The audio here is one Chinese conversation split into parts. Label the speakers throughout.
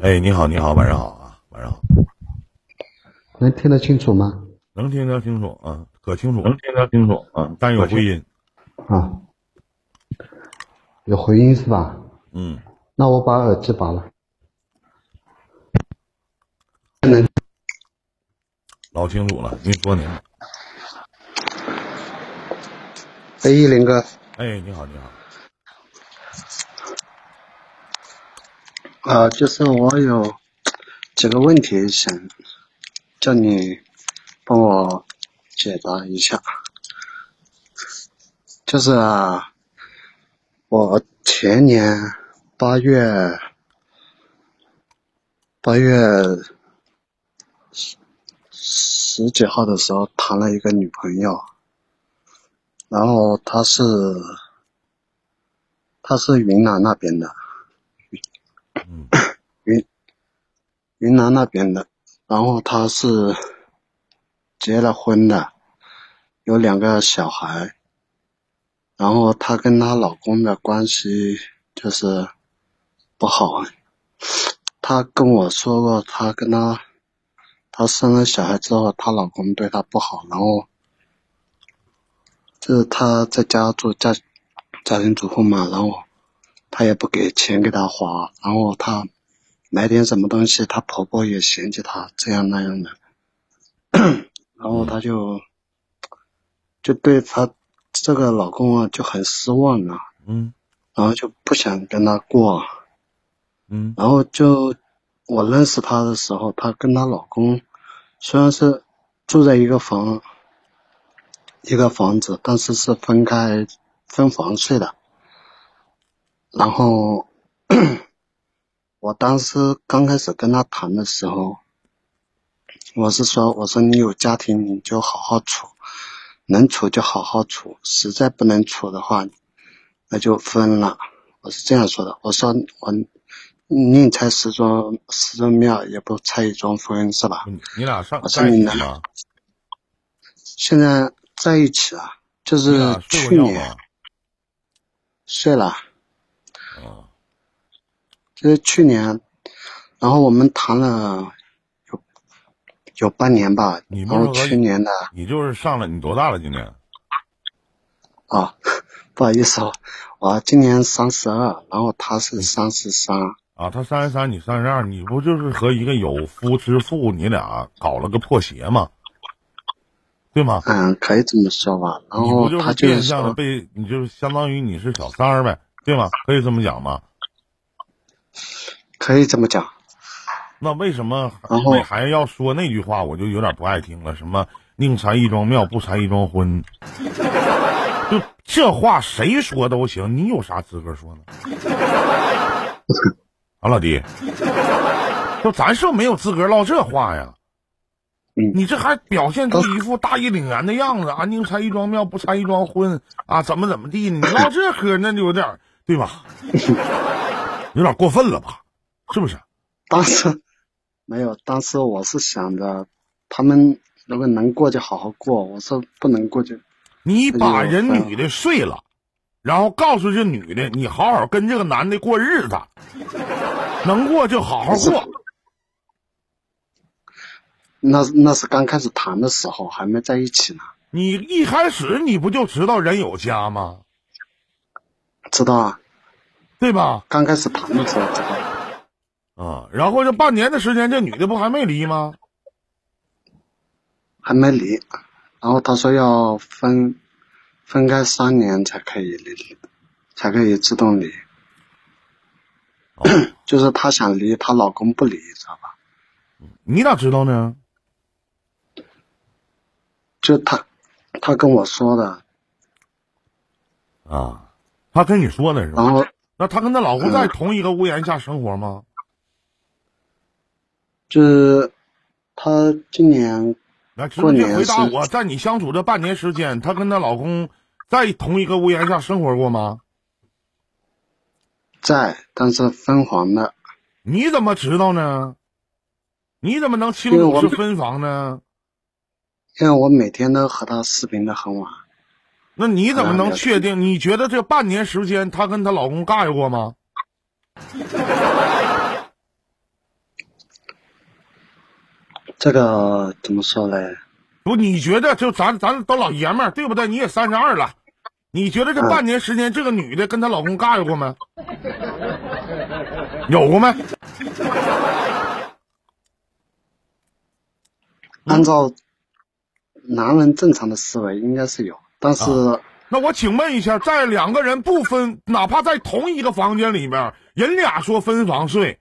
Speaker 1: 哎，你好，你好，晚上好啊，晚上好，
Speaker 2: 能听得清楚吗？
Speaker 1: 能听得清楚啊，可清楚，嗯
Speaker 3: 听得清楚啊
Speaker 1: 但是有回音。
Speaker 2: 啊，有回音是吧？
Speaker 1: 嗯，
Speaker 2: 那我把耳机拔了。能
Speaker 1: 老清楚了，您说您。
Speaker 2: 哎，林哥，
Speaker 1: 哎，你好，你好，
Speaker 2: 啊，就是我有几个问题想叫你帮我解答一下，就是啊，我前年八月八月十十几号的时候谈了一个女朋友，然后她是她是云南那边的，
Speaker 1: 嗯
Speaker 2: 云云南那边的，然后他是结了婚的，有两个小孩，然后她跟她老公的关系就是不好。她跟我说过，她跟她她生了小孩之后，她老公对她不好，然后就是她在家做家家庭主妇嘛，然后她也不给钱给她花，然后她买点什么东西，她婆婆也嫌弃她这样那样的， 然后她就就对她这个老公啊就很失望了，
Speaker 1: 嗯
Speaker 2: 然后就不想跟她过，啊
Speaker 1: 嗯
Speaker 2: 然后就我认识她的时候，她跟她老公虽然是住在一个房一个房子，但是是分开分房睡的。然后我当时刚开始跟她谈的时候，我是说，我说你有家庭你就好好处，能处就好好处，实在不能处的话，那就分了。我是这样说的，我说我宁拆十座十座庙，也不拆一桩婚，是吧？
Speaker 1: 你你俩上
Speaker 2: 我啊是
Speaker 1: 在一
Speaker 2: 云
Speaker 1: 起
Speaker 2: 南
Speaker 1: 吗？
Speaker 2: 现在在一起啊，就
Speaker 1: 你
Speaker 2: 是
Speaker 1: 俩睡
Speaker 2: 去
Speaker 1: 过觉
Speaker 2: 年
Speaker 1: 吗？
Speaker 2: 睡了，
Speaker 1: 啊，
Speaker 2: 就是去年，然后我们谈了有有半年吧，
Speaker 1: 你
Speaker 2: 然
Speaker 1: 们
Speaker 2: 后
Speaker 1: 是和
Speaker 2: 去年的
Speaker 1: 你就是上来，你多大了？今年？
Speaker 2: 啊，不好意思啊，我今年三十二，然后他是三十三，
Speaker 1: 啊，他三十三，你三十二，你不就是和一个有夫之妇，你俩搞了个破鞋吗？对吗？
Speaker 2: 嗯，可以这么说吧。然
Speaker 1: 你不
Speaker 2: 后
Speaker 1: 就
Speaker 2: 他
Speaker 1: 是
Speaker 2: 就
Speaker 1: 变
Speaker 2: 是
Speaker 1: 相的
Speaker 2: 说，
Speaker 1: 被，你就是相当于你是小三儿呗，对吗？可以这么讲吗？
Speaker 2: 可以这么讲，
Speaker 1: 那为什么
Speaker 2: 然后
Speaker 1: 还还要说那句话？我就有点不爱听了，什么宁拆一桩庙，不拆一桩婚，就这话谁说都行，你有啥资格 说呢？啊，老弟，就咱是没有资格唠这话呀。
Speaker 2: 嗯
Speaker 1: 你这还表现出一副大义凛然的样子啊！宁拆一桩庙，不拆一桩婚啊！怎么怎么地？你唠这嗑，那就有点儿对吧？ 有点过分了吧？是不是？
Speaker 2: 当时没有，当时我是想着，他们如果能过就好好过，我说不能过就
Speaker 1: 你把
Speaker 2: 哎呦
Speaker 1: 人
Speaker 2: 哎呦
Speaker 1: 女的睡了，然后告诉这女的，你好好跟这个男的过日子，能过就好好过。
Speaker 2: 那那是刚开始谈的时候，还没在一起呢。
Speaker 1: 你一开始你不就知道人有家吗？
Speaker 2: 知道啊，
Speaker 1: 对吧？
Speaker 2: 刚开始谈的时候知道，
Speaker 1: 啊、然后这半年的时间，这女的不还没离吗？
Speaker 2: 还没离。然后他说要分分开三年才可以离，才可以自动离。
Speaker 1: 哦
Speaker 2: 就是她想离，她老公不离，知道吧？
Speaker 1: 你咋知道呢？
Speaker 2: 就她，她跟我说的。
Speaker 1: 啊，她跟你说的是
Speaker 2: 然
Speaker 1: 吧？
Speaker 2: 后
Speaker 1: 那她跟她老公在同一个屋檐下生活吗？
Speaker 2: 就是她今年
Speaker 1: 来，直接回答
Speaker 2: 过年是
Speaker 1: 我，在你相处这半年时间，她跟她老公在同一个屋檐下生活过吗？
Speaker 2: 在，但是分黄了，
Speaker 1: 你怎么知道呢？你怎么能清
Speaker 2: 因为
Speaker 1: 楚
Speaker 2: 我
Speaker 1: 是分房呢？
Speaker 2: 因为我每天都和她视频的很晚。
Speaker 1: 那你怎么
Speaker 2: 啊
Speaker 1: 能
Speaker 2: 了解
Speaker 1: 确定？你觉得这半年时间她跟她老公尬过吗？
Speaker 2: 这个怎么说嘞？
Speaker 1: 不，你觉得就咱咱都老爷们儿，对不对？你也三十二了，你觉得这半年时间，这个女的跟她老公尬有过没？有过没？
Speaker 2: 按照男人正常的思维，应该是有，但是
Speaker 1: 那我请问一下，在两个人不分，哪怕在同一个房间里面，人俩说分房睡，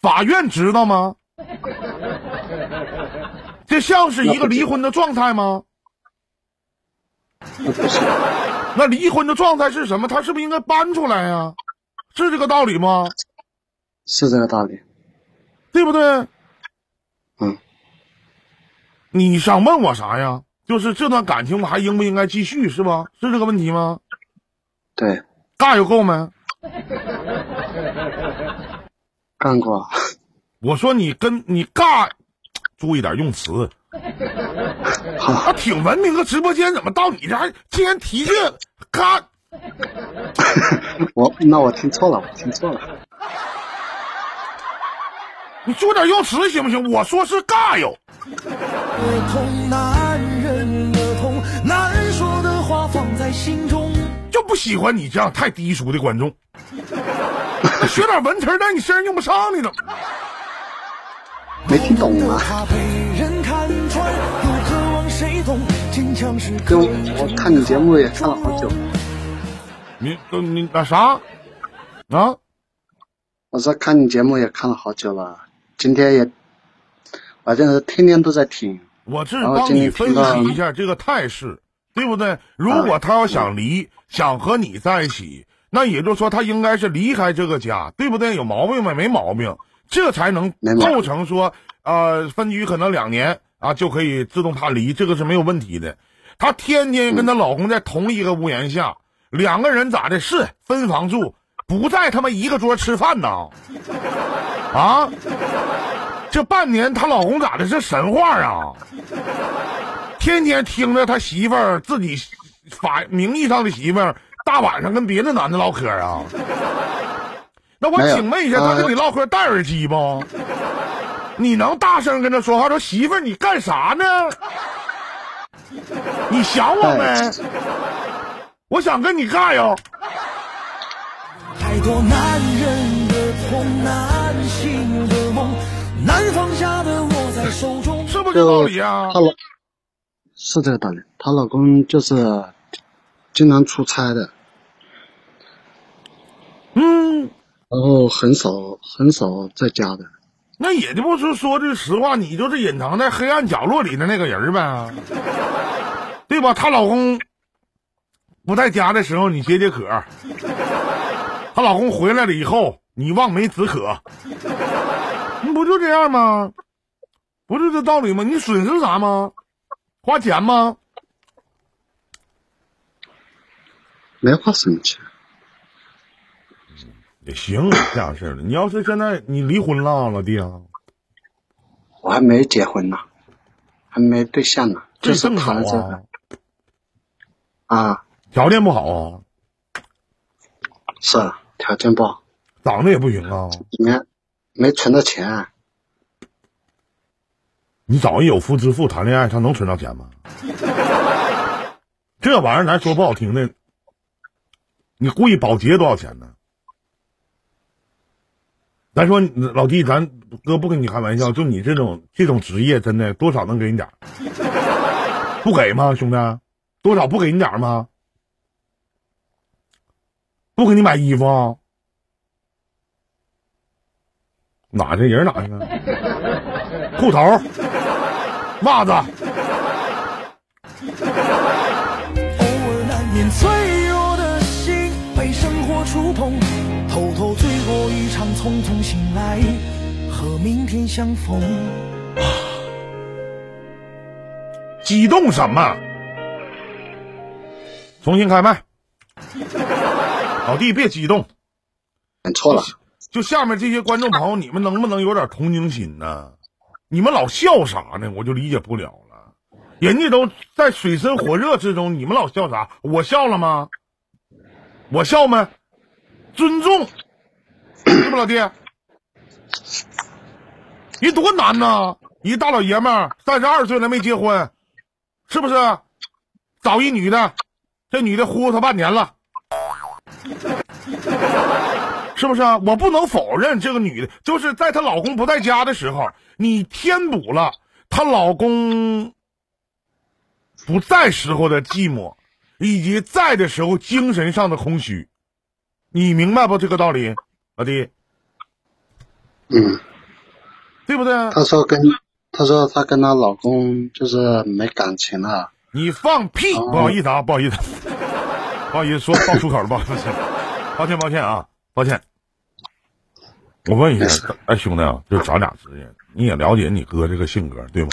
Speaker 1: 法院知道吗？ 这像是一个离婚的状态吗？
Speaker 2: 那不是
Speaker 1: 那离婚的状态是什么？他是不是应该搬出来呀、是这个道理吗？
Speaker 2: 是这个道理。
Speaker 1: 对不对？
Speaker 2: 嗯，
Speaker 1: 你想问我啥呀？就是这段感情我还应不应该继续，是吧？是这个问题吗？
Speaker 2: 对，
Speaker 1: 尬有够没？
Speaker 2: 干过，
Speaker 1: 我说你跟你尬，注意点用词。啊，挺文明个直播间，怎么到你这还竟然提这尬？
Speaker 2: 我那我听错了，我听错了。
Speaker 1: 你注意点用词行不行？我说是尬有，
Speaker 3: 儿童男人，儿童难说的话放在心中。
Speaker 1: 就不喜欢你这样太低俗的观众。那学点文词儿在你身上用不上，你怎么？
Speaker 2: 没听懂啊
Speaker 3: 他被人看穿，又渴望谁懂？坚强是
Speaker 2: 因
Speaker 3: 可
Speaker 2: 为
Speaker 3: 以成
Speaker 2: 我看你节目也看了好久，
Speaker 1: 你你那啥啊？
Speaker 2: 我说看你节目也看了好久了，今天也，反正天天都在听。
Speaker 1: 我是
Speaker 2: 然后
Speaker 1: 帮
Speaker 2: 今
Speaker 1: 你
Speaker 2: 天
Speaker 1: 分
Speaker 2: 听到
Speaker 1: 析一下这个态势，对不对？如果他要想离，想和你在一起，那也就是说他应该是离开这个家，对不对？有毛病没？没毛病，这才能
Speaker 2: 没毛病
Speaker 1: 构成说，呃，分居可能两年啊就可以自动他离，这个是没有问题的。她天天跟她
Speaker 2: 嗯
Speaker 1: 老公在同一个屋檐下，两个人咋的？是分房住，不在他妈一个桌吃饭呐？啊？这半年她老公咋的？是神话啊？天天听着他媳妇儿自己法名义上的媳妇儿大晚上跟别的男的唠嗑啊？那我
Speaker 2: 没有
Speaker 1: 请问一下，他
Speaker 2: 呃
Speaker 1: 跟你唠嗑戴耳机不？你能大声跟他说话说媳妇儿你干啥呢？你想我没
Speaker 2: 哎？，
Speaker 1: 我想跟你尬哟。
Speaker 3: 太多男人的痛，男性的梦，难放下的握在手中。
Speaker 1: 是不是这道
Speaker 2: 就
Speaker 1: 理啊？
Speaker 2: 她老是这个道理，她老公就是经常出差的，
Speaker 1: 嗯，
Speaker 2: 然后很少很少在家的。
Speaker 1: 那也就不是说句实话，你就是隐藏在黑暗角落里的那个人儿呗，对吧？她老公不在家的时候，你解解渴；她老公回来了以后，你望梅止渴，你不就这样吗？不就这道理吗？你损失啥吗？花钱吗？
Speaker 2: 没花什么钱，
Speaker 1: 也行，这样式儿的。你要是现在你离婚了，老弟啊，
Speaker 2: 我还没结婚呢，还没对象呢，
Speaker 1: 这
Speaker 2: 就是
Speaker 1: 正好
Speaker 2: 谈着
Speaker 1: 啊，
Speaker 2: 啊，
Speaker 1: 条件不好啊，
Speaker 2: 是啊条件不好，
Speaker 1: 长得也不行啊。
Speaker 2: 没没存到钱，啊
Speaker 1: 你找人有夫之妇谈恋爱，他能存到钱吗？这玩意儿咱说不好听的，你故意保洁多少钱呢？咱说老弟，咱哥不跟你开玩笑，就你这种这种职业，真的多少能给你点儿，不给吗，兄弟？多少不给你点儿吗？不给你买衣服啊？哪去人哪去了？裤头、袜子。
Speaker 3: 偶尔难免脆弱的心被生活触碰，偷偷醉过一场，匆匆醒来，和明天相逢。
Speaker 1: 激动什么？重新开麦，老弟别激动，
Speaker 2: 选错了，
Speaker 1: 就下面这些观众朋友，你们能不能有点同情心呢？你们老笑啥呢？我就理解不了了。人家都在水深火热之中，你们老笑啥？我笑了吗？我笑没？尊重，对不老弟？人多难呐、一大老爷们儿三十二岁了没结婚，是不是？找一女的，这女的忽悠他半年了，是不是啊？我不能否认这个女的，就是在她老公不在家的时候，你填补了她老公不在时候的寂寞，以及在的时候精神上的空虚，你明白不这个道理，老弟，
Speaker 2: 嗯，
Speaker 1: 对不对？
Speaker 2: 她说跟她说她跟她老公就是没感情啊了，
Speaker 1: 你放屁！
Speaker 2: 哦
Speaker 1: 不好意思啊，不好意思， 不好意思，说爆粗口了，不好意思，抱歉，抱歉啊，抱歉。我问一
Speaker 2: 没
Speaker 1: 下
Speaker 2: 事，
Speaker 1: 哎，兄弟啊，就咱俩之间，你也了解你哥这个性格对吗？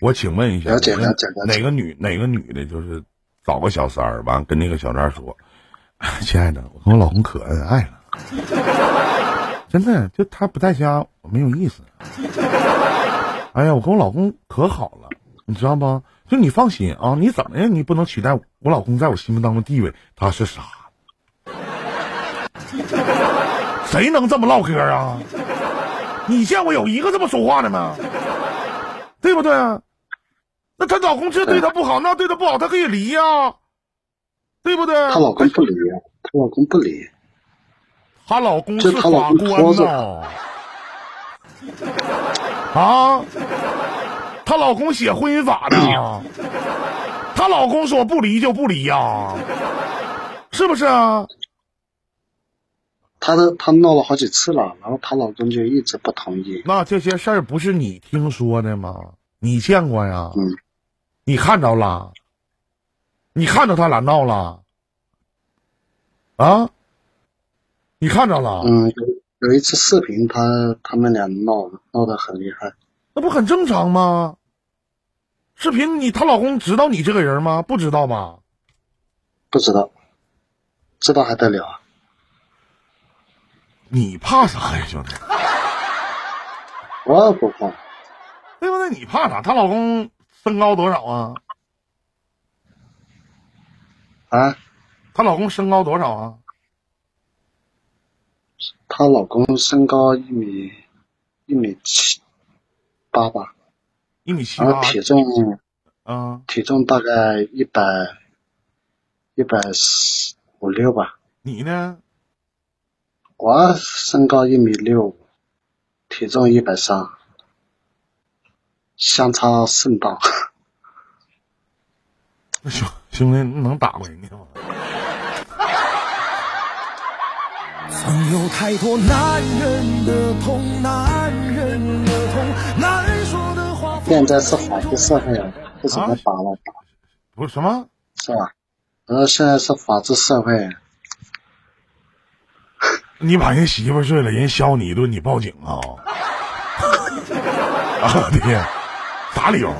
Speaker 1: 我请问一下，
Speaker 2: 了解了解了解
Speaker 1: 哪个女哪个女的，就是找个小三儿，完跟那个小三儿说， 哎亲爱的，我跟我老公可恩爱了，真的，就他不在家，我没有意思。哎呀，我跟我老公可好了，你知道吗？就你放心啊，你怎么样，你不能取代我我老公在我心目当中地位，他是傻子。谁能这么唠嗑啊？你见过有一个这么说话的吗？对不对？啊那她老公这对她不
Speaker 2: 嗯
Speaker 1: 好，那对她不好，她可以离呀、对不对？
Speaker 2: 她老公不理，她老公不理，
Speaker 1: 她老公
Speaker 2: 这
Speaker 1: 是
Speaker 2: 她老
Speaker 1: 法
Speaker 2: 公
Speaker 1: 官
Speaker 2: 说的
Speaker 1: 呐。啊，她老公写婚姻法呢。她老公说不离就不离呀、是不是啊？
Speaker 2: 她的她闹了好几次了，然后她老公就一直不同意，
Speaker 1: 那这些事儿不是你听说的吗？你见过呀？
Speaker 2: 嗯，
Speaker 1: 你看着了？你看着他俩闹了？啊？你看着了？
Speaker 2: 嗯，有有一次视频她他们俩闹闹得很厉害，
Speaker 1: 那不很正常吗？视频你她老公知道你这个人吗？不知道吧？
Speaker 2: 不知道，知道还得了啊？
Speaker 1: 你怕啥呀，兄弟？
Speaker 2: 我也不怕，
Speaker 1: 对不对？你怕啥？她老公身高多少啊？
Speaker 2: 啊，
Speaker 1: 她老公身高多少啊？
Speaker 2: 她老公身高一米一米七八吧，
Speaker 1: 一米七
Speaker 2: 然
Speaker 1: 八
Speaker 2: 后体重
Speaker 1: 啊？
Speaker 2: 体重大概一百一百五六吧，
Speaker 1: 你呢？
Speaker 2: 我身高一米六五，体重一百三，相差甚大。
Speaker 1: 那兄兄弟，你能打过人家吗？
Speaker 3: 曾有太多男人的痛，男人的痛，难说的话。
Speaker 2: 现在是法治社会啊，不怎么
Speaker 1: 啊
Speaker 2: 打了打，
Speaker 1: 不是什么？
Speaker 2: 是吧？然后啊现在是法治社会，啊
Speaker 1: 你把人媳妇儿睡了，人削你一顿，你报警啊？ 啊爹，啥理由啊？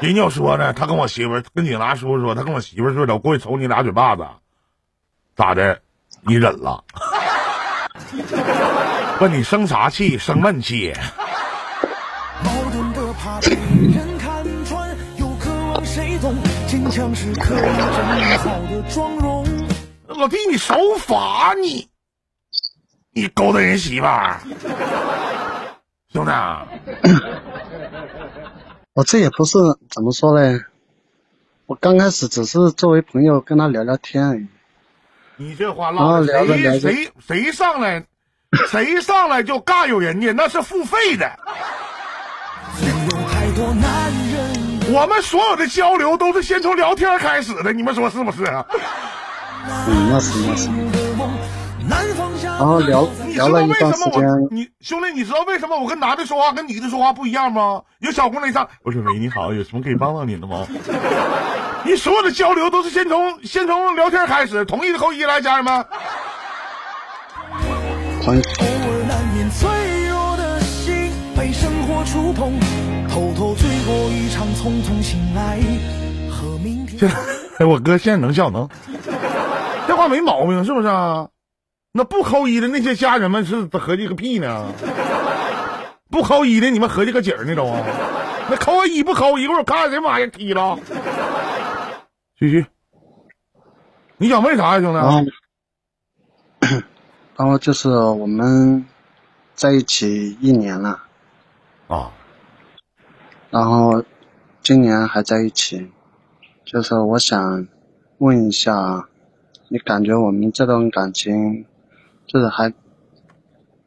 Speaker 1: 人要说呢，他跟我媳妇儿跟警察叔叔说，他跟我媳妇儿睡了，我过去抽你俩嘴巴子，咋的？你忍了？ 问你生啥气？生闷气？
Speaker 3: 矛盾的怕被人看穿，又渴望谁懂？坚强是可以整好的妆容。
Speaker 1: 老弟，你守法你，你勾搭人媳妇儿，兄弟啊，
Speaker 2: 我哦这也不是怎么说嘞，我刚开始只是作为朋友跟他聊聊天而已。
Speaker 1: 你这话
Speaker 2: 啊
Speaker 1: 唠的，
Speaker 2: 聊着聊
Speaker 1: 谁
Speaker 2: 着
Speaker 1: 谁谁上来， 谁上来就尬有人家，那是付费的。
Speaker 3: 总有太多男人的
Speaker 1: 我们所有的交流都是先从聊天开始的，你们说是不是？啊
Speaker 2: 嗯，那是那是。
Speaker 3: 梦，难放下。
Speaker 2: 然后聊
Speaker 1: 你知
Speaker 2: 聊
Speaker 1: 道
Speaker 2: 了一
Speaker 1: 为什
Speaker 2: 段时
Speaker 1: 么
Speaker 2: 间，
Speaker 1: 我你兄弟，你知道为什么我跟男的说话跟女的说话不一样吗？有小姑娘一上，我说喂，你好，有什么可以帮到您的吗？ 你所有的交流都是先从先从聊天开始，同意的扣一来，家人们。
Speaker 2: 朋友
Speaker 3: 偶尔难免脆弱的心被生活触碰，偷偷醉过一场，匆匆醒来，和明天。
Speaker 1: 哎，我哥现在能笑能，这话没毛病，是不是啊？那不扣一的那些家人们是合计个屁呢？不扣一的你们合计个景儿呢都啊？那扣个一不扣，一会儿我看看谁把人踢了。 继续，你想问啥呀、兄弟？
Speaker 2: 然后，然后就是我们在一起一年了，
Speaker 1: 啊，
Speaker 2: 然后今年还在一起，就是我想问一下，你感觉我们这段感情，就是还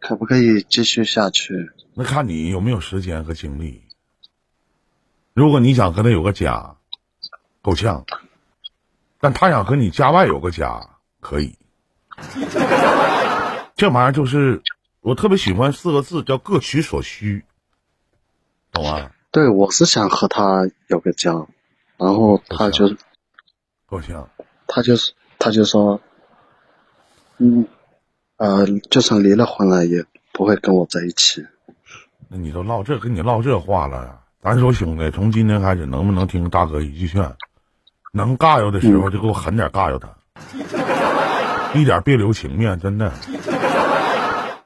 Speaker 2: 可不可以继续下去？
Speaker 1: 那看你有没有时间和精力。如果你想和他有个家，够呛；但他想和你家外有个家，可以。这玩意儿就是我特别喜欢四个字，叫各取所需，懂吗？
Speaker 2: 对，我是想和他有个家，然后他就
Speaker 1: 够呛。
Speaker 2: 他就是他就说，嗯，呃，就算离了婚了也不会跟我在一起。
Speaker 1: 那你都唠这跟你唠这话了，咱说兄弟，从今天开始能不能听大哥一句劝？能尬悠的时
Speaker 2: 嗯
Speaker 1: 候就给我狠点尬悠他，一点别留情面，真的。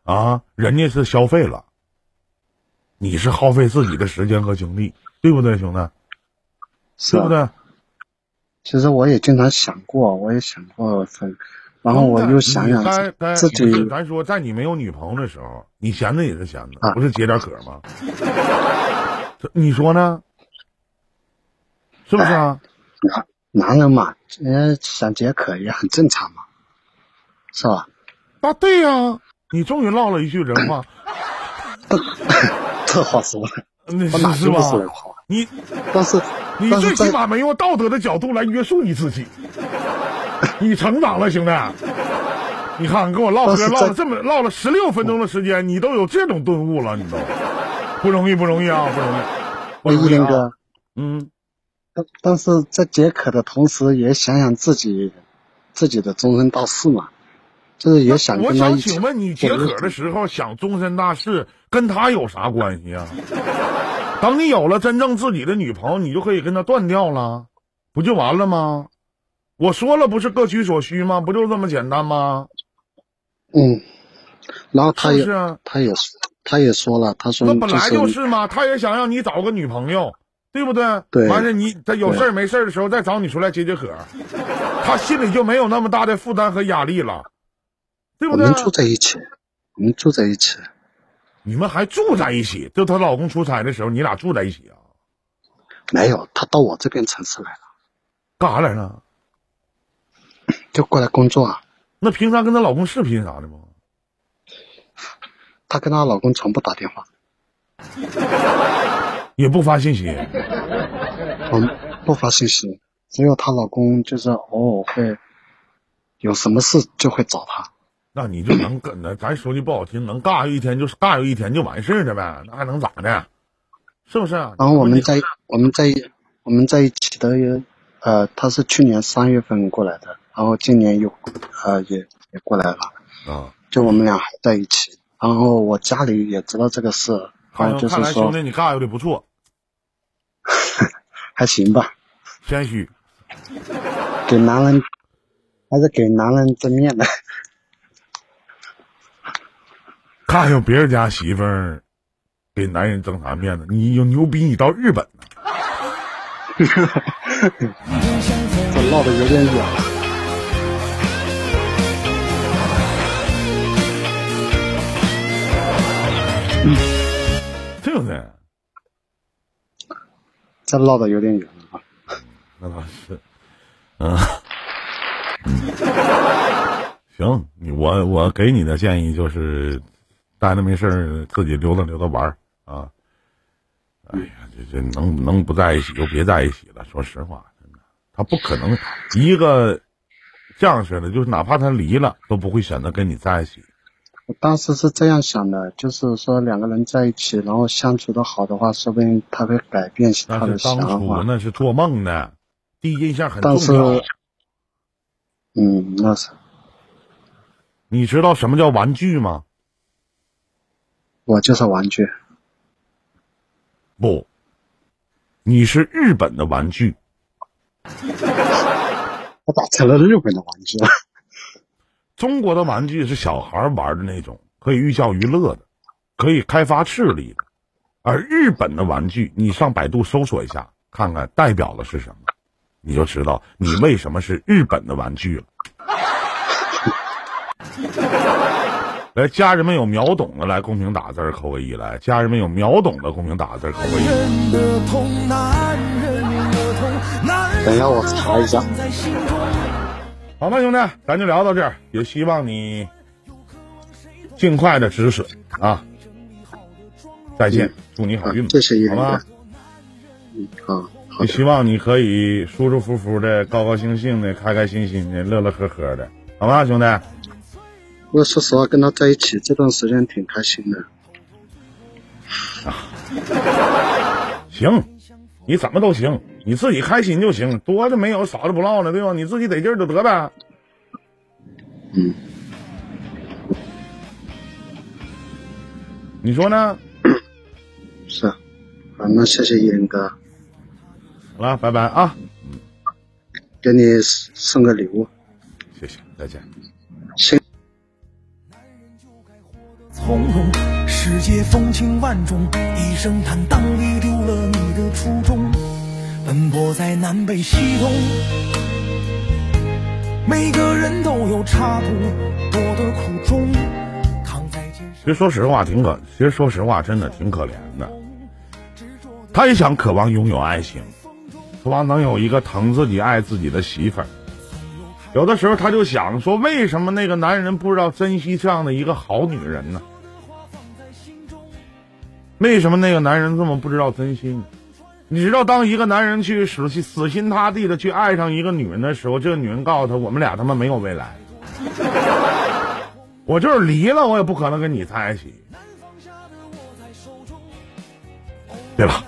Speaker 1: 啊，人家是消费了，你是耗费自己的时间和精力，对不对，兄弟？
Speaker 2: 是
Speaker 1: 对
Speaker 2: 啊
Speaker 1: 不对？
Speaker 2: 其实我也经常想过，我也想过分，然后我又想想
Speaker 1: 咱咱
Speaker 2: 自己
Speaker 1: 不是咱说，在你没有女朋友的时候，你闲着也是闲着，
Speaker 2: 啊
Speaker 1: 不是解点渴吗？ 这你说呢？是不是啊？
Speaker 2: 男男人嘛，人家想解渴也很正常嘛，是吧？
Speaker 1: 啊，对呀、你终于唠了一句人话，
Speaker 2: 这话说的，
Speaker 1: 那
Speaker 2: 我哪
Speaker 1: 是
Speaker 2: 句
Speaker 1: 是吧
Speaker 2: 不？说人话？
Speaker 1: 你
Speaker 2: 但是
Speaker 1: 你
Speaker 2: 但
Speaker 1: 最
Speaker 2: 是
Speaker 1: 起
Speaker 2: 在
Speaker 1: 码没用道德的角度来约束你自己，你成长了，兄弟。你看，跟我唠
Speaker 2: 但
Speaker 1: 嗑
Speaker 2: 是
Speaker 1: 唠
Speaker 2: 在
Speaker 1: 了这么唠了十六分钟的时间，你都有这种顿悟了，你都不容易，不容易啊，不容易，不
Speaker 2: 依
Speaker 1: 容易
Speaker 2: 林
Speaker 1: 啊。
Speaker 2: 哥，
Speaker 1: 嗯，
Speaker 2: 但但是在解渴的同时，也想想自己自己的终身大事嘛，就是也想
Speaker 1: 我
Speaker 2: 跟他
Speaker 1: 想
Speaker 2: 一起
Speaker 1: 请。问你，解渴的时候想终身大事，跟他有啥关系啊？等你有了真正自己的女朋友，你就可以跟她断掉了，不就完了吗？我说了，不是各取所需吗？不就这么简单吗？
Speaker 2: 嗯，然后他
Speaker 1: 是
Speaker 2: 也嗯
Speaker 1: 不是啊？
Speaker 2: 他也说他也说了，他说
Speaker 1: 那本来就是是嘛，他也想让你找个女朋友，对不对？
Speaker 2: 对
Speaker 1: 完事你他有
Speaker 2: 对
Speaker 1: 事儿没事儿的时候再找你出来解解渴，他心里就没有那么大的负担和压力了，对
Speaker 2: 我
Speaker 1: 不对啊
Speaker 2: 们？住在一起，我们住在一起，
Speaker 1: 你们还住在一起，就她老公出差的时候，你俩住在一起啊？
Speaker 2: 没有他到我这边城市来了，
Speaker 1: 干啥来了？
Speaker 2: 就过来工作啊。
Speaker 1: 那平常跟她老公视频啥的吗？
Speaker 2: 她跟她老公从不打电话，
Speaker 1: 也不发信息，
Speaker 2: 嗯，不发信息，只有她老公就是偶尔会有什么事就会找她。
Speaker 1: 那你就能跟那咱说句不好听，能尬悠一天就尬悠一天就完事儿了呗，那还能咋的？是不是啊？
Speaker 2: 然后嗯我
Speaker 1: 你
Speaker 2: 们在我们在我们在一起的也，呃，她是去年三月份过来的，然后今年又呃也也过来了，
Speaker 1: 啊，
Speaker 2: 就我们俩还在一起。然后我家里也知道这个事，然
Speaker 1: 看
Speaker 2: 后就
Speaker 1: 哦看
Speaker 2: 是
Speaker 1: 来兄
Speaker 2: 说
Speaker 1: 弟你尬悠的不错，
Speaker 2: 还行吧，
Speaker 1: 谦虚。
Speaker 2: 给男人还是给男人争面的。
Speaker 1: 看有别人家媳妇儿给男人争啥面子？你有牛逼，你到日本呢？
Speaker 3: 天相
Speaker 2: 这
Speaker 3: 逢，
Speaker 2: 唠的有点远了，
Speaker 1: 对不对？
Speaker 2: 这唠的有点远了啊。
Speaker 1: 那倒是，嗯，行，你我我给你的建议就是，待着没事儿自己溜达溜达玩儿啊。哎呀，这这能能不在一起就别在一起了。说实话，真的，他不可能一个这样式的，就是哪怕他离了，都不会选择跟你在一起。
Speaker 2: 我当时是这样想的，就是说两个人在一起，然后相处的好的话，说不定他会改变他
Speaker 1: 那
Speaker 2: 的
Speaker 1: 是
Speaker 2: 想
Speaker 1: 当初
Speaker 2: 法。
Speaker 1: 那是做梦呢，第一印象很
Speaker 2: 但是
Speaker 1: 重要。，
Speaker 2: 嗯，那是
Speaker 1: 你知道什么叫玩具吗？
Speaker 2: 我就是玩具，
Speaker 1: 不，你是日本的玩具。
Speaker 2: 我咋成了日本的玩具了？
Speaker 1: 中国的玩具是小孩玩的那种，可以寓教于乐的，可以开发智力的。而日本的玩具，你上百度搜索一下，看看代表的是什么，你就知道你为什么是日本的玩具了。 来，家人们有秒懂的来公屏打字儿扣个一来，家人们有秒懂的公屏打字儿扣
Speaker 3: 男
Speaker 1: 个一。
Speaker 3: 人的痛，男人的痛，男人的痛
Speaker 2: 等一下我查一下
Speaker 3: 藏在心中
Speaker 1: 好吧，兄弟，咱就聊到这儿，也希望你尽快的止损啊！再见，祝你好运吧，
Speaker 2: 这是一
Speaker 1: 好
Speaker 2: 个
Speaker 1: 吧？
Speaker 2: 嗯，好，好
Speaker 1: 也
Speaker 2: 的，
Speaker 1: 希望你可以舒舒服服的、高高兴兴的、开开心心的、乐乐呵呵的，好吧，兄弟？
Speaker 2: 不过说实话，跟他在一起这段时间挺开心的。
Speaker 1: 行，你怎么都行，你自己开心就行，多的没有，少的不落了，对吧？你自己得劲儿就得呗。
Speaker 2: 嗯，
Speaker 1: 你说呢？
Speaker 2: 是啊，啊，那谢谢一人哥，
Speaker 1: 好了，拜拜啊！
Speaker 2: 给你送个礼物。
Speaker 1: 谢谢，再见。
Speaker 2: 行，
Speaker 3: 从容。世界风情万种，一声坦荡地丢了你的初衷。奔波在南北西东，每个人都有差不多的苦衷。扛在肩
Speaker 1: 其实说实话，挺可，其实说实话，真的挺可怜的。他也想渴望拥有爱情，渴望能有一个疼自己、爱自己的媳妇儿。有的时候他就想说，为什么那个男人不知道珍惜这样的一个好女人呢？为什么那个男人这么不知道珍惜呢？你知道，当一个男人去死心死心塌地的去爱上一个女人的时候，这个女人告诉他：“我们俩他妈没有未来，我就是离了，我也不可能跟你在一起。”对吧？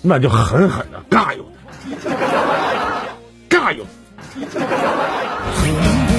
Speaker 1: 那就狠狠的尬悠他，尬悠他。
Speaker 3: 可能不